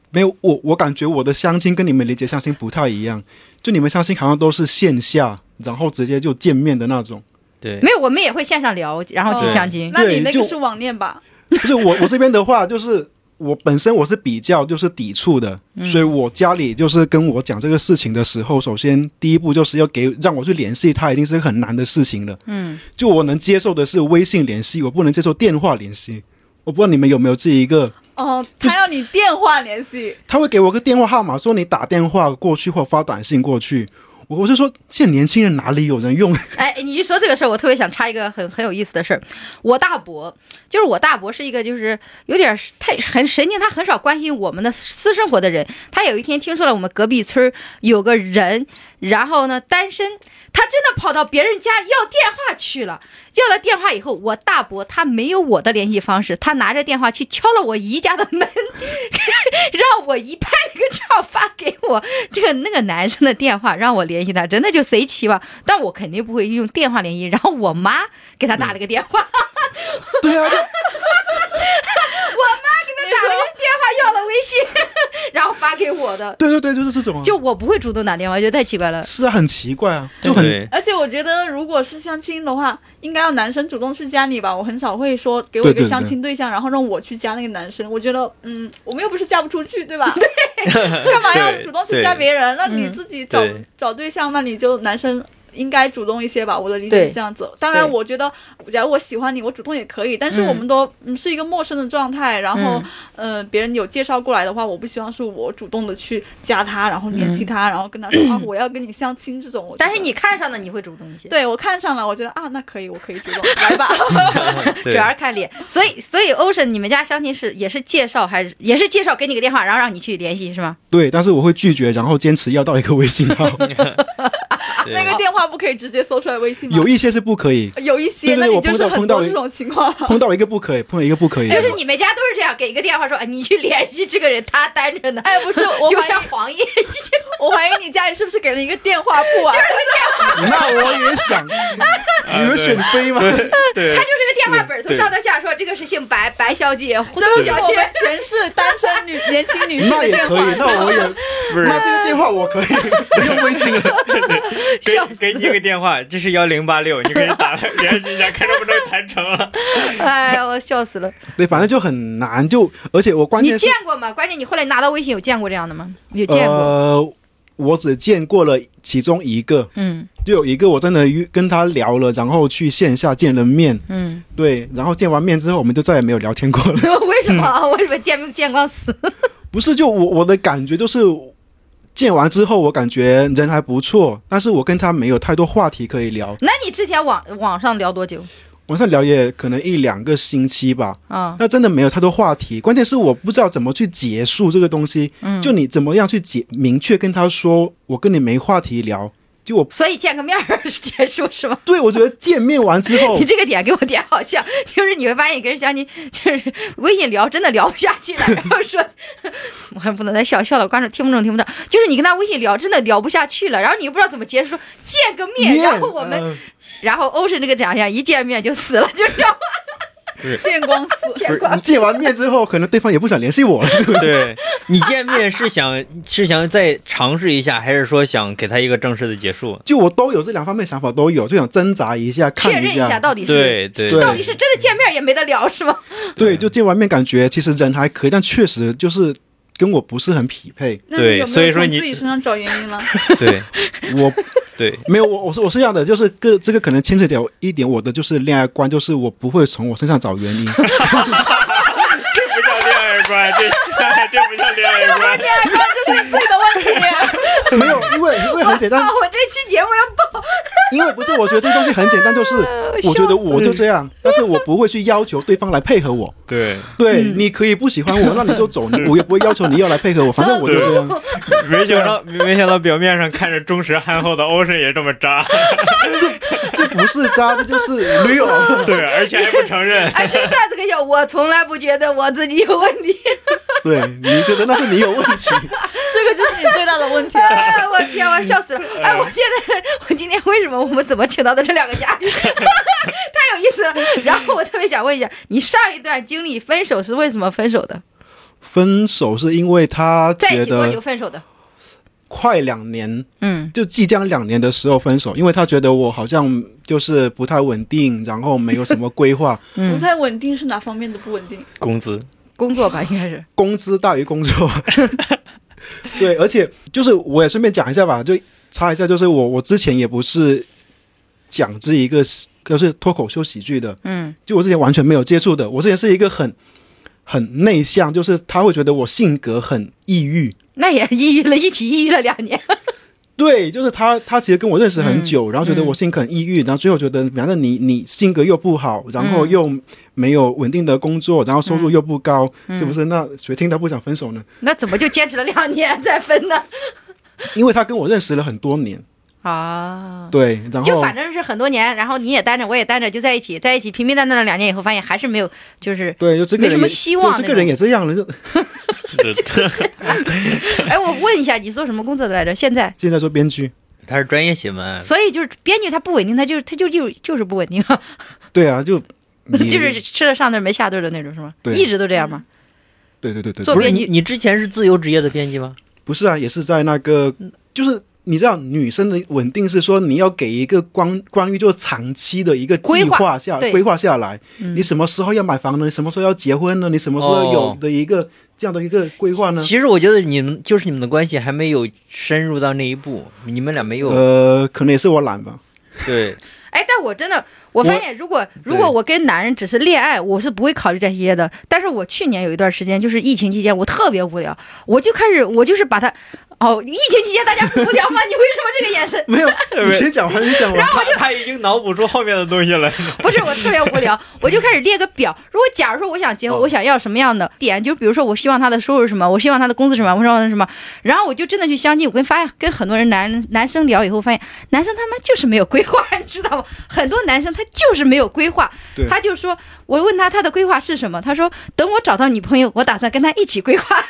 S2: 没有，我我感觉我的相亲跟你们理解相亲不太一样，就你们相亲好像都是线下，然后直接就见面的那种。
S5: 对，
S1: 没有，我们也会线上聊，然后去
S4: 哦
S1: 相亲。
S4: 那你那
S2: 对
S4: 个
S2: 就是
S4: 网恋吧？
S2: 不是我我这边的话，就是我本身我是比较就是抵触的，所以我家里就是跟我讲这个事情的时候，首先第一步就是要给让我去联系他，一定是很难的事情了。
S1: 嗯，
S2: 就我能接受的是微信联系，我不能接受电话联系。我不知道你们有没有这一个，
S4: 哦，
S2: 不
S4: 他
S2: 是
S4: 要你电话联系，
S2: 他会给我个电话号码，说你打电话过去或发短信过去。我我就说，现在年轻人哪里有人用？
S1: 哎，你一说这个事儿，我特别想插一个很很有意思的事儿。我大伯就是我大伯是一个就是有点儿太很神经，他很少关心我们的私生活的人。他有一天听说了我们隔壁村儿有个人，然后呢单身，他真的跑到别人家要电话去了。要了电话以后，我大伯他没有我的联系方式，他拿着电话去敲了我姨家的门， 让我姨拍了个照发给我这个那个男生的电话，让我联系他，真的就贼奇吧。但我肯定不会用电话联系。然后我妈给他打了个电话，
S2: 对啊，就
S1: 给他打了个电话要了微信， 然后发给我的。
S2: 对对对，就是这种、啊，
S1: 就我不会主动打电话，我觉得太奇怪了。
S2: 是啊，很奇怪啊，就很
S5: 对，
S4: 而且我觉得，如果是相亲的话，应该要男生主动去加你吧。我很少会说给我一
S2: 对对
S4: 个
S2: 对
S4: 相亲对象，然后让我去加那个男生。我觉得，嗯，我们又不是嫁不出去，对吧？对，干嘛要主动去加别人？那你自己找
S5: 对
S4: 找对象，那你就男生。应该主动一些吧，我的理解
S1: 对
S4: 是这样子。当然，
S1: 对
S4: 我觉得，假如我喜欢你，我主动也可以。但是
S1: 嗯
S4: 我们都、嗯是一个陌生的状态，然后
S1: 嗯、
S4: 呃，别人有介绍过来的话，我不希望是我主动的去加他，然后联系他，然后跟他说、啊，我要跟你相亲这种。我
S1: 嗯
S4: 觉
S1: 但是
S4: 得
S1: 你看上的你会主动一些，，
S4: 对我看上了，我觉得啊，那可以，我可以主动来吧。
S5: 主
S1: 主要是看脸。所以，所以 Ocean，你们家相亲是也是介绍还是也是介绍给你个电话，然后让你去联系是吗？
S2: 对，但是我会拒绝，然后坚持要到一个微信号。
S4: 那个电话不可以直接搜出来微信吗？呃
S2: 有一些是不可以，
S1: 哎
S4: 有一些，
S2: 对对
S4: 那
S2: 对
S4: 你
S2: 我
S4: 就
S2: 碰
S4: 是
S2: 到
S4: 很
S2: 碰到
S4: 多
S2: 一
S4: 这种情 况。
S2: 碰到一个不可以，碰到一个不可以。
S1: 就是你们家都是这样，给一个电话说，啊，你去联系这个人，他单着呢。
S4: 哎，不是，我
S1: 就
S4: 怀
S1: 像
S4: 疑，
S1: 黄奕，
S4: 我怀疑你家里是不是给了一个电话簿啊？
S2: 那我也想，你们选妃吗？
S3: 对
S1: 他就是个电话本儿，从
S3: 对
S1: 上到下说这个是姓白，白小姐、胡
S4: 这
S1: 豆
S4: 是
S1: 小
S4: 我们
S1: 姐。
S4: 全是单身女年轻女士
S2: 那
S4: 的
S2: 也
S4: 电
S2: 可以，
S4: 话。
S2: 那我也，
S3: 不是
S2: 那这个电话我可以，不用微信了。
S1: 笑
S3: 给给你个电话，这是幺零八六，你可以打来联系一下，看能不能谈成了。
S1: 哎呀，我笑死了！
S2: 对，反正就很难，就而且我关
S1: 你
S2: 键是
S1: 见过吗？关键你后来拿到微信有见过这样的吗？有见过？
S2: 呃，我只见过了其中一个，
S1: 嗯
S2: 就有一个我真的约跟他聊了，然后去线下见了面，
S1: 嗯，
S2: 对，然后见完面之后我们就再也没有聊天过 了。
S1: 为什么啊？为什么见没见光死？
S2: 不是，就我我的感觉就是，见完之后我感觉人还不错，但是我跟他没有太多话题可以聊，
S1: 那你之前网网上聊多久
S2: 网上聊也可能一两个星期吧。
S1: 啊？
S2: 那真的没有太多话题，关键是我不知道怎么去结束这个东西。
S1: 嗯
S2: 就你怎么样去解明确跟他说，我跟你没话题聊，就我
S1: 所以见个面儿结束是吗？
S2: 对我觉得见面完之 后
S1: 你，这个点给我点好像，就是你会发现你跟人家你 就是微信聊真的聊不下去了，然后说，我还不能再笑笑了，观众听不懂听不懂，就是你跟他微信聊真的聊不下去了，然后你又不知道怎么结束，说见个面，然后我们，
S2: 嗯
S1: 然后欧神这个长相一见面就死了， 就是让我
S4: 见光死。
S1: 见
S2: 不是
S1: 光
S2: 你。见完面之后，可能对方也不想联系 我了。
S5: 对你见面是想是想再尝试一下，还是说想给他一个正式的结束？
S2: 就我都有这两方面想法都有，就想挣扎一下，看
S1: 确认一下到底是
S5: 对对
S2: 对
S1: 到底是真的见面也没得聊是吗？
S2: 对，就见完面感觉其实人还可以，但确实就是跟我不是很匹配。
S4: 那
S5: 对
S4: 你有没
S5: 所以
S4: 有
S5: 说
S4: 从
S5: 你
S4: 自己身上找原 因了？
S5: 对
S2: 我
S5: 对，
S2: 没有，我我是我是这样的，就是个这个可能牵扯掉一点我的就是恋爱观，就是我不会从我身上找原因。
S3: 这不叫恋爱观，这 这不叫恋爱观。
S4: 这是自己的问题。
S2: 没有，因为因为很简单
S1: 啊，，我这期节目要爆
S2: 因为不是，我觉得这个东西很简单，就是我觉得我就这样，但是我不会去要求对方来配合我。
S3: 对，
S2: 对，你可以不喜欢我，那你就走，我也不会要求你要来配合我，反正我就这样。
S3: 没想到没想到表面上看着忠实憨厚的欧神也这么渣，
S2: 这不是渣，这就是驴友。
S3: 对，而且还不承认。
S1: 哎，这个段子可以笑，我从来不觉得我自己有问 题。
S2: 对，你觉得那是你有问题，
S4: 这个就是你最大的问题了。
S1: 哎，我天，我笑死了！哎，我现在，我今天为什么我们怎么请到的这两个嘉 宾？太有意思了。然后我特别想问一下，你上一段经历分手是为什么分手的？
S2: 分手是因为他
S1: 在一
S2: 觉
S1: 起多久
S2: 得
S1: 分手的？
S2: 快两年，
S1: 嗯，
S2: 就即将两年的时候分手，因为他觉得我好像就是不太稳定，然后没有什么规划，
S4: 不太稳定是哪方面的不稳定？
S5: 工资
S1: 嗯工作吧，应该是。
S2: 工资大于工作。对，而且就是我也顺便讲一下吧，就插一下，就是我我之前也不是讲这一个就是脱口秀喜剧的，
S1: 嗯
S2: 就我之前完全没有接触的。我之前是一个很很内向，就是他会觉得我性格很抑郁。
S1: 那也抑郁了，一起抑郁了两年。
S2: 对，就是他，他其实跟我认识
S1: 嗯
S2: 很久，然后觉得我性格很抑郁，然后最后觉得，反正你你性格又不好，然
S1: 嗯
S2: 后又没有稳定的工作，然后收入又不高，
S1: 嗯
S2: 是不是？那谁听他不想分手呢？
S1: 那怎么就坚持了两年再分呢？
S2: 因为他跟我认识了很多年，
S1: 啊。
S2: 对，然后
S1: 就反正是很多年，然后你也单着，我也单着，就在一起，在一起平平淡淡了两年以后，发现还是没有，就是，
S2: 对，就这个
S1: 没
S2: 人
S1: 什么
S2: 也
S1: 希望
S2: 对
S1: 那
S2: 这个人
S1: 种
S2: 也这样了，就
S1: 哎，我问一下，你做什么工作的来着？现 在？
S2: 现在做编剧，
S5: 他是专业写
S2: 嗯
S5: 文案，
S1: 所以就是编剧他不稳定，他就他就就就是不稳定，
S2: 对啊，就 你
S1: 就是吃了上顿没下顿的那种，是吗？
S2: 对
S1: 一直都这样吗？
S2: 对对对对，
S1: 做
S5: 不是
S1: 编
S5: 你
S1: 剧
S5: 你之前是自由职业的编辑吗？
S2: 不是啊，也是在那个，就是你知道，女生的稳定是说你要给一个关关于就长期的一个计
S1: 规划
S2: 划下
S1: 对嗯
S2: 规划下来，你什么时候要买房呢？你什么时候要结婚呢？你什么时候有
S5: 哦
S2: 的一个这样的一个规划啊呢？
S5: 其实我觉得你们就是你们的关系还没有深入到那一步，你们俩没有、
S2: 呃，可能也是我懒吧。
S5: 对
S1: 哎，但我真的，我发现如果如果我跟男人只是恋爱，我是不会考虑这些的。但是我去年有一段时间，就是疫情期间，我特别无聊，我就开始我就是把他，哦，疫情期间大家不无聊吗？ 你为什么这个眼神？
S2: 没有，
S3: 对
S2: 你先讲完，你讲完。
S3: 他他已经脑补出后面的东西了。
S1: 不是我特别无聊，我就开始列个表。如果假如说我想结婚，
S3: 哦
S1: 我想要什么样的点？就比如说我希望他的收入是什么，我希望他的工资是什么，我希望他是什么。然后我就真的去相亲，我跟发现跟很多人男男生聊以后，发现男生他们就是没有规划，你知道吗？ 很多男生他就是没有规划
S2: 对，
S1: 他就说我问他他的规划是什么，他说等我找到女朋友，我打算跟他一起规划。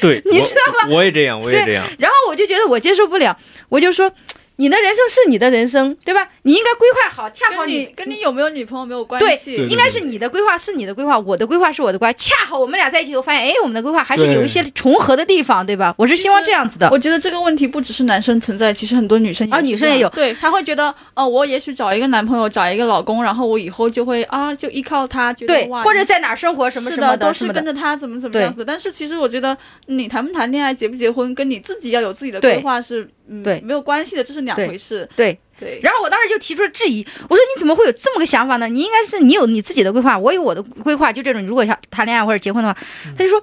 S5: 对，
S1: 你知
S5: 道吗？我也这样，我也这样，
S1: 然后我就觉得我接受不了，我就说。你的人生是你的人生，对吧？你应该规划好，恰好
S4: 跟你跟你有没有女朋友没有关
S1: 对
S4: 系。
S2: 对
S1: 应该是你的规划是你的规划，我的规划是我的规划。恰好我们俩在一起以后发现，哎，我们的规划还是有一些重合的地方，对吧？我是希望这样子的。
S4: 我觉得这个问题不只是男生存在，其实很多女生也
S1: 啊
S4: 是
S1: 女
S4: 这
S1: 生也
S4: 样
S1: 有
S4: 对，她会觉得，哦，我也许找一个男朋友，找一个老公，然后我以后就会啊，就依靠他，觉得
S1: 对，
S4: 哇
S1: 或者在哪儿生活什么
S4: 是
S1: 什么
S4: 都
S1: 什
S4: 是
S1: 么
S4: 跟
S1: 的。
S4: 着他怎么怎么样子的。但是其实我觉得，你谈不谈恋爱、结不结婚，跟你自己要有自己的
S1: 对
S4: 规划是嗯
S1: 对
S4: 没有关系的，这是两
S1: 对
S4: 回事。
S1: 对，
S4: 对，
S1: 然后我当时就提出了质疑，我说你怎么会有这么个想法呢？你应该是你有你自己的规划，我有我的规划，就这种。如果想谈恋爱或者结婚的话，
S2: 嗯
S1: 他就说，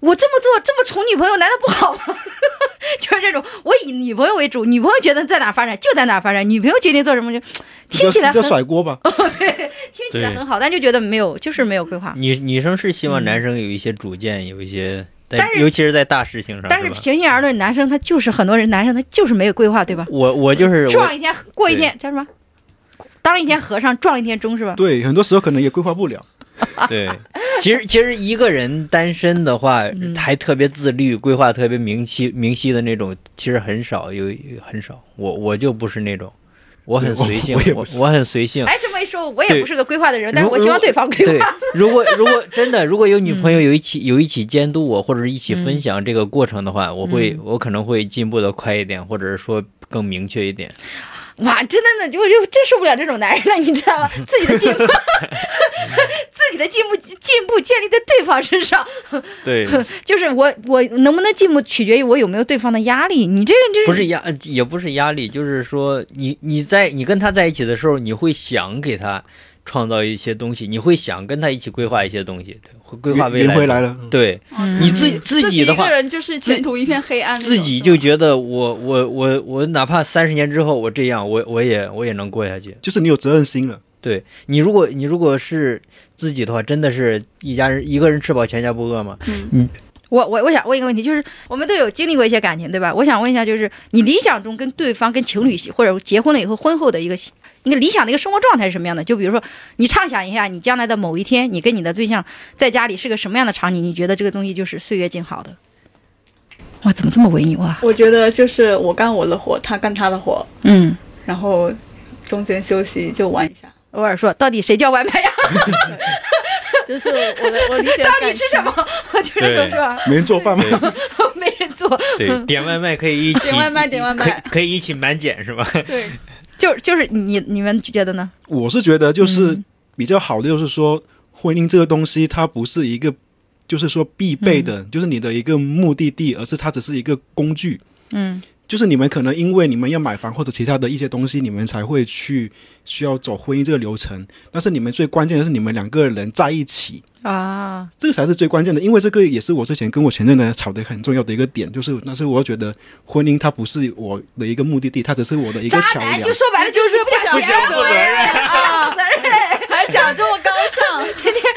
S1: 我这么做这么宠女朋友，难道不好吗？ 就是这种，我以女朋友为主，女朋友觉得在哪儿发展就在哪儿发展，女朋友决定做什么就，听起来
S2: 叫
S1: 很
S2: 甩 锅吧，
S1: 听起来很好，但就觉得没有，就是没有规划。
S5: 女女生是希望男生有一些主见，有一些在
S1: 嗯但是
S5: 尤其是在大事情上，
S1: 但是
S5: 啊吧
S1: 平心而论，男生他就是很多人，男生他就是没有规划，对吧？
S5: 我我就是我
S1: 撞一天过一天叫什么？当一天和尚撞一天钟是吧？
S2: 对，很多时候可能也规划不了。
S5: 对，其实其实一个人单身的话，还特别自律，规划特别明晰明晰的那种，其实很少有有很少。我我就不是那种，我很
S2: 对我
S5: 随性
S2: 我也，不
S5: 我
S2: 是
S5: 我很随性。
S1: 哎，这么一说，我也
S5: 对
S1: 不是个规划的人，但是
S5: 如
S1: 我希望
S5: 如
S1: 对方规
S5: 对
S1: 划。，
S5: 如果如果真的如果有女朋友有一起有一起监督我，或者是一起分享这个过程的话，我会我可能会进步的快一点，或者是说更明确一点。
S1: 哇，真的呢，就我就真受不了这种男人了，你知 道吗？自己的进步， 自己的进步进步建立在对方身上，
S5: 对，
S1: 就是我我能不能进步取决于我有没有对方的压力。你这个就是
S5: 不是压，呃也不是压力，就是说你你在你跟他在一起的时候，你会想给他创造一些东西，你会想跟他一起规划一些东西，对会规划未
S2: 圆
S5: 来。
S2: 回来了，嗯
S5: 对，
S4: 嗯
S5: 你自自己的
S4: 一
S5: 话
S4: 个，人就是前途一片黑暗那种，
S5: 自己
S4: 是
S5: 就
S4: 吧
S5: 觉得我我我我哪怕三十年之后我这样，我我也我也能过下去。
S2: 就是你有责任心了。
S5: 对你，如果你如果是自己的话，真的是一家人一个人吃饱全家不饿嘛？
S1: 我我我想问一个问题，就是我们都有经历过一些感情，对吧？我想问一下，就是你理想中跟对方、跟情侣或者结婚了以后婚后的一个一个理想的一个生活状态是什么样的？就比如说，你畅想一下，你将来的某一天，你跟你的对象在家里是个什么样的场景？你觉得这个东西就是岁月静好的？哇，怎么这么文艺哇？
S4: 我觉得就是我干我的活，他干他的活，
S1: 嗯，
S4: 然后中间休息就玩 一下。
S1: 偶尔说，到底谁叫外卖呀？
S4: 就是我的我理 解的
S1: 到底
S4: 感
S1: 吃
S4: 情
S1: 什么？ 就是这种
S5: 对
S1: 是吧？
S2: 没人做饭吗？
S1: 没人做，
S5: 对，点外卖可以一起
S4: 点外卖点外
S5: 可以
S4: 卖，
S5: 可以一起满减是吧？
S4: 对，
S1: 就就是你你们觉得呢？
S2: 我是觉得就是
S1: 嗯
S2: 比较好的，就是说婚姻这个东西，它不是一个就是说必备的，就是你的一个目的地，而是它只是一个工具。
S1: 嗯，
S2: 就是你们可能因为你们要买房或者其他的一些东西，你们才会去需要走婚姻这个流程。但是你们最关键的是你们两个人在一起，
S1: 啊，
S2: 这个才是最关键的，因为这个也是我之前跟我前任呢吵得很重要的一个点，就是但是我觉得婚姻它不是我的一个目的地，它只是我的一个
S1: 渣
S2: 桥
S1: 男
S2: 梁
S1: 就。说白了就是不想
S4: 不想
S1: 结
S4: 负责
S1: 婚
S4: 任
S1: 啊，责任。
S4: 还讲这么高尚，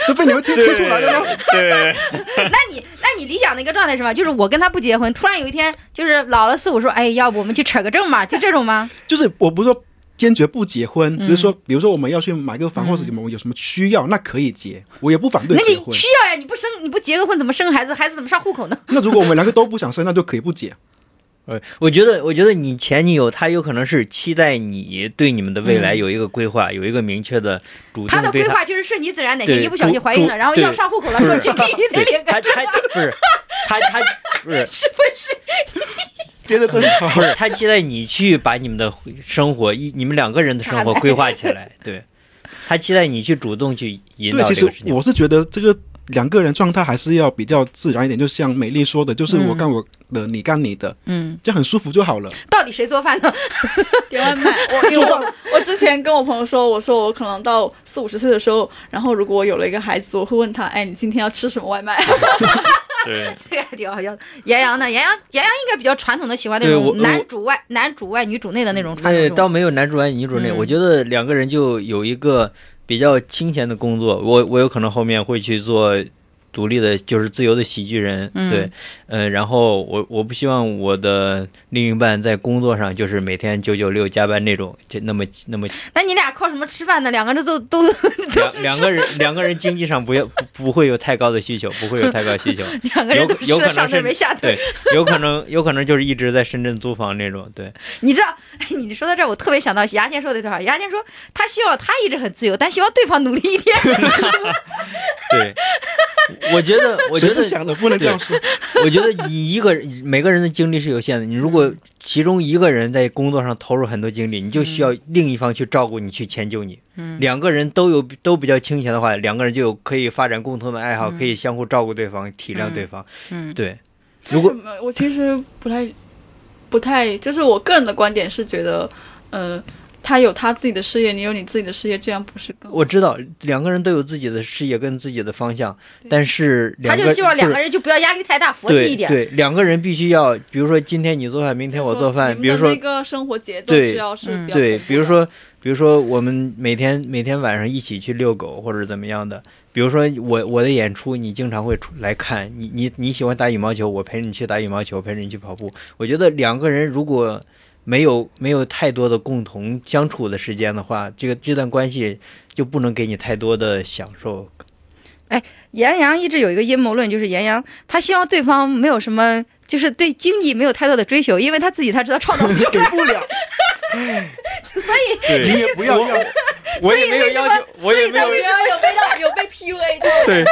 S2: 都被你们听
S3: 对
S2: 听出来了吗？
S3: 对，
S1: 那你那你理想的一个状态是什么？就是我跟他不结婚，突然有一天就是老了四五说，哎，要不我们去扯个证嘛？就这种吗？
S2: 就是我不是说坚决不结婚，
S1: 嗯
S2: 只是说比如说我们要去买个房、或者我们有什么需要，那可以结，我也不反对
S1: 那你
S2: 结婚
S1: 需。要呀，你不生你不结个婚，怎么生孩子？孩子怎么上户口呢？
S2: 那如果我们两个都不想生，那就可以不结。
S5: 呃，我觉得，我觉得你前女友她有可能是期待你对你们的未来有一个规划，有一个明确的主
S1: 他
S5: 动
S1: 的
S5: 对
S1: 规
S5: 她。
S1: 划就是顺其自然，哪天
S5: 对
S1: 一不小心
S5: 主
S1: 怀孕了，
S5: 主
S1: 然后
S5: 对
S1: 要上户口了，说
S5: 是
S1: 去必须得
S5: 对
S1: 领
S5: 她
S1: 个证，
S5: 她不是她她不是
S1: 是不是？
S2: 结的真好，
S5: 不是她期待你去把你们的生活一你们两个人的生活规划起来，对，她期待你去主动去引
S2: 对，
S5: 导
S2: 其
S5: 这个
S2: 实
S5: 事情
S2: 我。是觉得这个两个人状态还是要比较自然一点，就像美丽说的，就是我干我的，你干你的，
S1: 嗯，
S2: 这样很舒服就好了。
S1: 到底谁做饭呢？
S4: 点外卖。 我因为我我之前跟我朋友说，我说我可能到四五十岁的时候，然后如果我有了一个孩子，我会问他，哎，你今天要吃什么外卖？
S3: 对，
S1: 这个还挺好笑的。杨洋呢？杨洋杨洋应该比较传统的喜欢那
S5: 对我
S1: 种
S5: 我
S1: 男主外男主外女主内的那种传统这
S5: 对，
S1: 种。
S5: 哎倒没有男主外女主内，
S1: 嗯
S5: 我觉得两个人就有一个比较清闲的工作。我我有可能后面会去做独立的，就是自由的喜剧人，
S1: 嗯
S5: 对，呃，然后我我不希望我的另一半在工作上就是每天九九六加班那种，就那么 那么
S1: 那你俩靠什么吃饭呢？两个人都都都
S5: 两
S1: 是
S5: 两个人两个人经济上不要不不会有太高的需求，不会有太高的 需求。
S1: 两个人都是吃
S5: 有有可
S1: 了
S5: 能
S1: 上顿
S5: 是
S1: 没下顿。
S5: 对，有可能有可能就是一直在深圳租房那种，对，
S1: 你知道，哎，你说到这儿，我特别想到牙签说的一段话。牙签说他希望他一直很自由，但希望对方努力一点。
S5: 对，我觉得，我觉
S2: 谁
S5: 得
S2: 不，想的不能这样说。
S5: 我觉得你一个人每个人的精力是有限的。你如果其中一个人在工作上投入很多精力，你就需要另一方去照顾你，去迁就你。
S1: 嗯
S5: 两个人都有都比较清闲的话，两个人就有可以发展共同的爱好，可以相互照顾对方，体谅对方。
S1: 嗯
S5: 对，如果
S4: 为什 么我其实不太不太，就是我个人的观点是觉得，呃，他有他自己的事业，你有你自己的事业，这样不是更好？
S5: 我知道两个人都有自己的事业跟自己的方向，但是
S1: 他
S5: 两个
S1: 就希望两个
S5: 人
S1: 人就不要压力太大，佛系
S5: 对
S1: 一点。
S5: 对两个人必须要，比如说今天你做饭，明天我做饭，比
S4: 你
S5: 如
S4: 们的
S5: 说
S4: 那个生活节奏
S5: 对
S4: 是要是
S1: 嗯
S4: 比较
S5: 对，
S4: 同步
S5: 比如
S4: 的
S5: 说，比如说我们每天每天晚上一起去遛狗或者怎么样的。比如说我我的演出，你经常会出来看，你你你喜欢打羽毛球，我陪你去打羽毛球，陪着你去跑步。我觉得两个人如果没有没有太多的共同相处的时间的话，这个这段关系就不能给你太多的享受。
S1: 严阳一直有一个阴谋论，就是严阳他希望对方没有什么，就是对经济没有太多的追求，因为他自己他知道创造不 出
S2: 给
S1: 来。
S2: 不了，
S3: 对
S2: 你也不要要。
S3: 我也没有要求，我也没有
S4: 我觉得有被到有被 PUA 到，
S3: 对，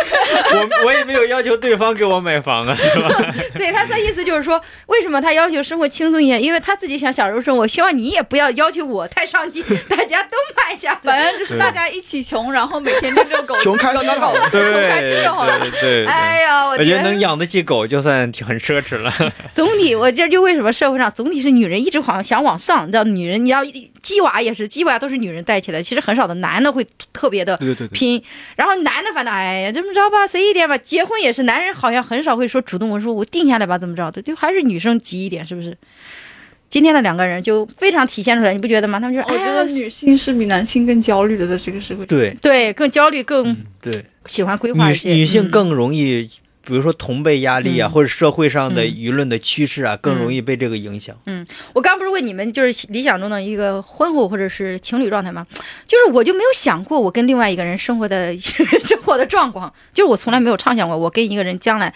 S3: 我我也没有要求对方给我买房啊，是吧？
S1: 对他的意思就是说，为什么他要求生活轻松一点？因为他自己想享受生活，希望你也不要要求我太上进，大家都慢下来。
S4: 反正就是大家一起穷，然后每天遛遛狗，
S2: 穷开
S4: 搞
S2: 心
S4: 搞
S2: 就好
S4: 狗
S2: 了，
S4: 穷开心就好了。
S3: 对对
S1: 哎呀，我
S3: 我觉得
S1: 天！
S3: 能养得起狗就算挺很奢侈了。
S1: 总体，我这就为什么社会上总体是女人一直好像想往上，你知道，女人你要鸡娃也是鸡娃都是女人带起来，其实很少的男的会特别的
S2: 对对对对，
S1: 拼，然后男的反倒哎呀这么着吧，随意点吧。结婚也是，男人好像很少会说主动我说我定下来吧，怎么着的，就还是女生急一点，是不是？今天的两个人就非常体现出来，你不觉得吗？他们就是
S4: 我觉得
S1: 哎呀
S4: 女性是比男性更焦虑的，在这个社 会。
S5: 对
S1: 对更焦虑，更
S5: 对，
S1: 喜欢规划一些。
S5: 女女性
S1: 嗯
S5: 更容易，比如说同辈压力啊，
S1: 嗯
S5: 或者社会上的
S1: 嗯
S5: 舆论的趋势啊，更容易被这个影响。
S1: 我刚不是问你们就是理想中的一个婚后或者是情侣状态吗？就是我就没有想过我跟另外一个人生活的 生活的状况，就是我从来没有畅想过我跟一个人将来，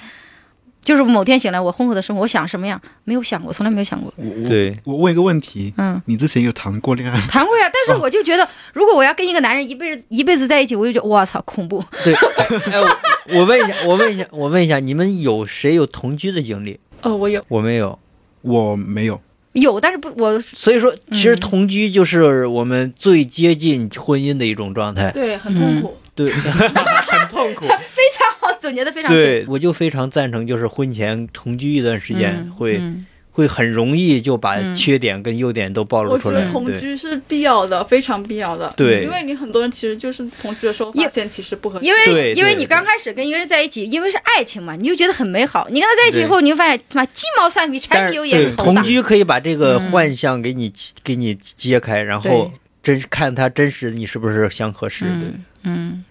S1: 就是某天醒来我婚后的生活，我想什么样，没有想过，从来没有想过。
S2: 我我
S5: 对
S2: 我问一个问题，
S1: 嗯，
S2: 你之前有谈过恋爱吗？
S1: 谈过呀，但是我就觉得，如果我要跟一个男人一辈子一辈子在一起，我就觉得我操恐怖。
S5: 对，哎，我我问一下，我问一下，我问一下，你们有谁有同居的经历？
S4: 呃，我有，
S5: 我没有，
S2: 我没有，
S1: 有，但是不，我
S5: 所以说，其实
S1: 嗯
S5: 同居就是我们最接近婚姻的一种状态。
S4: 对，很痛苦。
S5: 对，
S3: 很痛苦。
S1: 非常好，总结的非常
S5: 对，我就非常赞成，就是婚前同居一段时间
S1: 嗯
S5: 会，
S1: 嗯
S5: 会很容易就把
S1: 嗯
S5: 缺点跟优点都暴露
S4: 我
S5: 出
S4: 觉
S5: 来
S4: 得。同
S5: 对，
S4: 居是必要的，非常必要的。
S5: 对
S4: 因为你很多人其实就是同居的时候
S1: 因
S4: 发现其实不合适。
S1: 因为
S5: 对
S1: 因为
S5: 对
S1: 你
S5: 对
S1: 刚开始跟一个人在一起，因为是爱情嘛，你就觉得很美好。你跟他在一起以
S5: 对
S1: 后，你就发现他妈鸡毛蒜皮、柴
S5: 但
S1: 米
S5: 是
S1: 油
S5: 对
S1: 盐头大
S5: 同。居可以把这个
S1: 嗯
S5: 幻象给你给你揭开，然
S1: 对
S5: 后真看他真实你是不是相合适。对，
S1: 嗯嗯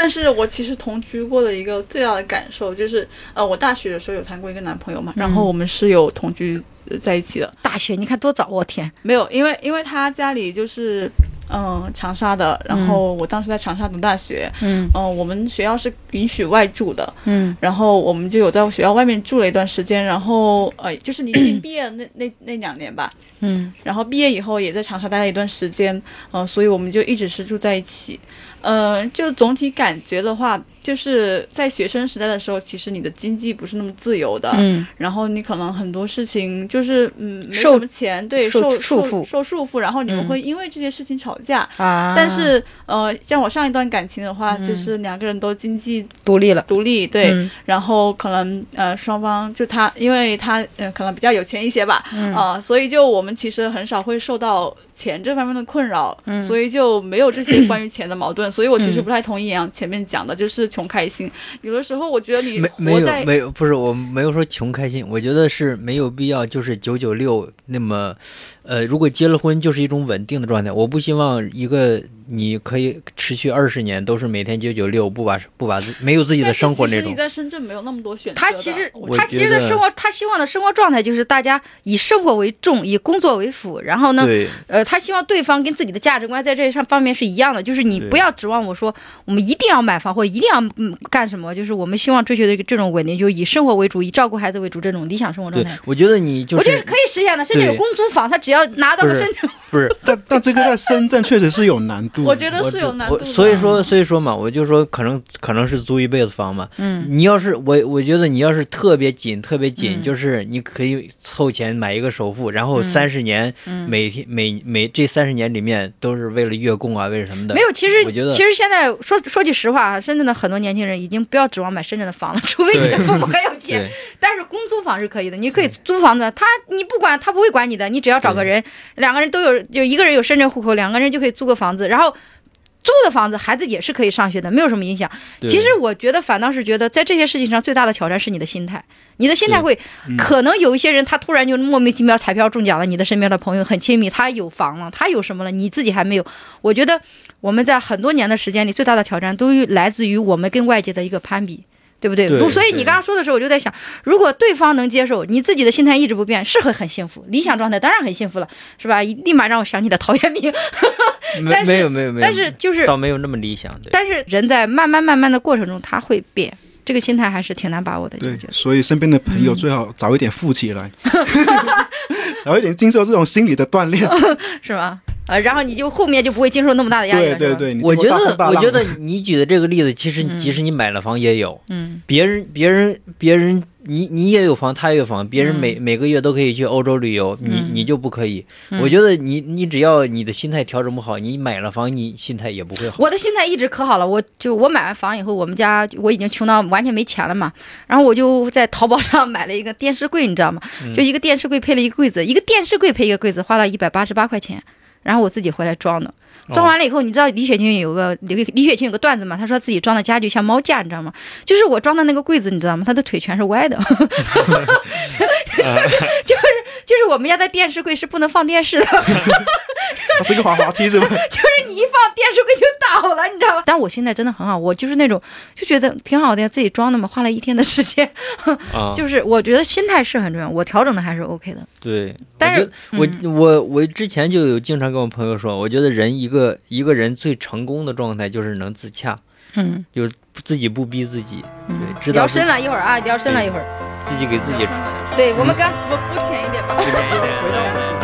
S4: 但是我其实同居过的一个最大的感受就是，呃，我大学的时候有谈过一个男朋友嘛，
S5: 嗯
S4: 然后我们是有同居呃在一起的。
S1: 大学你看多早，我天！
S4: 没有，因为因为他家里就是嗯长沙的，然后我当时在长沙读大学，
S1: 嗯
S4: 嗯、我们学校是允许外住的，
S1: 嗯
S4: 然后我们就有在学校外面住了一段时间，然后呃，就是你已经 毕业了那那那两年吧，
S1: 嗯
S4: 然后毕业以后也在长沙待了一段时间，嗯、所以我们就一直是住在一起。呃，就总体感觉的话，就是在学生时代的时候，其实你的经济不是那么自由的，
S1: 嗯
S4: 然后你可能很多事情就是嗯没
S1: 受
S4: 什么钱，对，
S1: 受束
S4: 受
S1: 缚
S4: 受受束缚，然后你们
S1: 嗯
S4: 会因为这些事情吵架。
S1: 啊！
S4: 但是呃，像我上一段感情的话，
S1: 嗯
S4: 就是两个人都经济
S1: 独立了，
S4: 独立，对，
S1: 嗯
S4: 然后可能呃双方就他，因为他呃可能比较有钱一些吧，
S1: 嗯
S4: 啊，所以就我们其实很少会受到钱这方面的困扰，
S1: 嗯
S4: 所以就没有这些关于钱的矛盾。所以我其实
S1: 嗯
S4: 不太同意杨洋前面讲的，就是穷开心。有的时候我觉得你
S5: 没没
S4: 活在
S5: 有没有不是我没有说穷开心，我觉得是没有必要就是九九六那么，呃，如果结了婚就是一种稳定的状态，我不希望一个你可以持续二十年都是每天九九六，不把不把自没有自己
S4: 但
S5: 的
S4: 是
S5: 生活
S4: 其
S5: 那
S4: 实你
S5: 种。
S4: 在深圳没有那么多选择的。
S1: 他其实
S4: 我
S5: 觉
S1: 他其实的
S5: 得
S1: 生活，他希望的生活状态就是大家以生活为重，以工作为辅，然后呢，
S5: 对
S1: 呃，他希望对方跟自己的价值观在这上方面是一样的，就是你
S5: 对
S1: 不要指望我说我们一定要买房或者一定要嗯干什么，就是我们希望追求的这种稳定，就是以生活为主，以照顾孩子为主这种理想生活状
S5: 对
S1: 态。，
S5: 我觉得你就
S1: 我觉得
S5: 是
S1: 是可以实现的，甚至有
S5: 对
S1: 公租房，他只要拿到
S5: 不
S1: 个
S5: 是
S1: 深圳，
S5: 不是
S2: 但但这个在深圳确实是有难度。
S4: 我觉得
S5: 我
S4: 是
S5: 这
S4: 有难
S5: 我
S4: 度的。
S5: 所以
S1: 啊
S5: 说所以说嘛，我就说可能可能是租一辈子房嘛。
S1: 嗯，
S5: 你要是我，我觉得你要是特别紧，特别紧，
S1: 嗯
S5: 就是你可以凑钱买一个首付，然后
S1: 嗯
S5: 三十年
S1: 嗯
S5: 每天、每每这三十年里面都是为了月供啊，为了什么的？
S1: 没有。其实
S5: 我觉得
S1: 其实现在说说句实话啊，深圳的很多年轻人已经不要指望买深圳的房了， 除非你的
S5: 对
S1: 父母很有钱。
S5: 对
S1: 但是公租房是可以的，你可以租房子，他你不管他不会管你的，你只要找个人，两个人都有就是就一个人有深圳户口，两个人就可以租个房子，然后租的房子孩子也是可以上学的，没有什么影响。
S5: 对
S1: 其实我觉得，反倒是觉得在这些事情上最大的挑战是你的心态，你的心态
S5: 对
S1: 会
S2: 嗯
S1: 可能有一些人他突然就莫名其妙彩票中奖了，你的身边的朋友很亲密，他有房了，他有什么了，你自己还没有。我觉得我们在很多年的时间里，最大的挑战都来自于我们跟外界的一个攀比。对不对？
S5: 对
S1: 所以你
S5: 对
S1: 刚刚说的时候，我就在想，如果对方能接受，你自己的心态一直不变，是会很幸福，理想状态当然很幸福了，是吧？立马让我想起了陶渊明，
S5: 没
S1: 但是
S5: 没有没有没有，
S1: 但是就是
S5: 倒没有那么理想，对，
S1: 但是人在慢慢慢慢的过程中，他会变，这个心态还是挺难把握的。我
S2: 对
S1: 觉，得
S2: 所以身边的
S5: 嗯
S2: 朋友最好早一点富起来， 早一点经受这种心理的锻炼。
S5: 哦
S1: 是吗？呃，然后你就后面就不会经受那么大的压力了。是
S2: 对对
S1: 吧，
S2: 对，你
S5: 我
S2: 经
S5: 觉
S2: 过大风大
S5: 得啊我
S2: 浪
S5: 觉得你举的这个例子，其实你即使你买了房也有，
S1: 嗯，
S5: 别人别人别人你你也有房，他也有房，别人
S1: 嗯
S5: 每、每个月都可以去欧洲旅游，你你就不可以。
S1: 嗯
S5: 我觉得你你只要你的心态调整不好，你买了房，你心态也不会好。
S1: 我的心态一直可好了，我就我买完房以后，我们家我已经穷到完全没钱了嘛，然后我就在淘宝上买了一个电视柜，你知道吗？就一个电视柜配了一个柜子，一个电视柜配一个柜子，花了一百八十八块钱，然后我自己回来装的。装完了以后，你知道李雪琴有个李李雪琴有个段子嘛？她说自己装的家具像猫架，你知道吗？就是我装的那个柜子，你知道吗？她的腿全是歪的， 就是就是我们家的电视柜是不能放电视的，
S2: 它是一个滑滑梯，是吧？
S1: 就是你一放电视柜就倒了，你知道吗？但我现在真的很好，我就是那种就觉得挺好的呀，自己装的嘛，花了一天的时间，
S5: 啊，
S1: 就是我觉得心态是很重要，我调整的还是 OK 的。
S5: 对，
S1: 但是嗯
S5: 我觉得我、我我之前就有经常跟我朋友说，我觉得人一个一个人最成功的状态就是能自洽，
S1: 嗯，
S5: 自己不逼自己，
S1: 嗯
S5: 对，知道
S1: 聊
S5: 自
S1: 深了一会嗯儿啊，聊深了一会儿。
S5: 自己给自己出
S1: 对我们刚
S4: 我们肤浅一点吧。
S5: 一点一点。
S2: 回到我们主题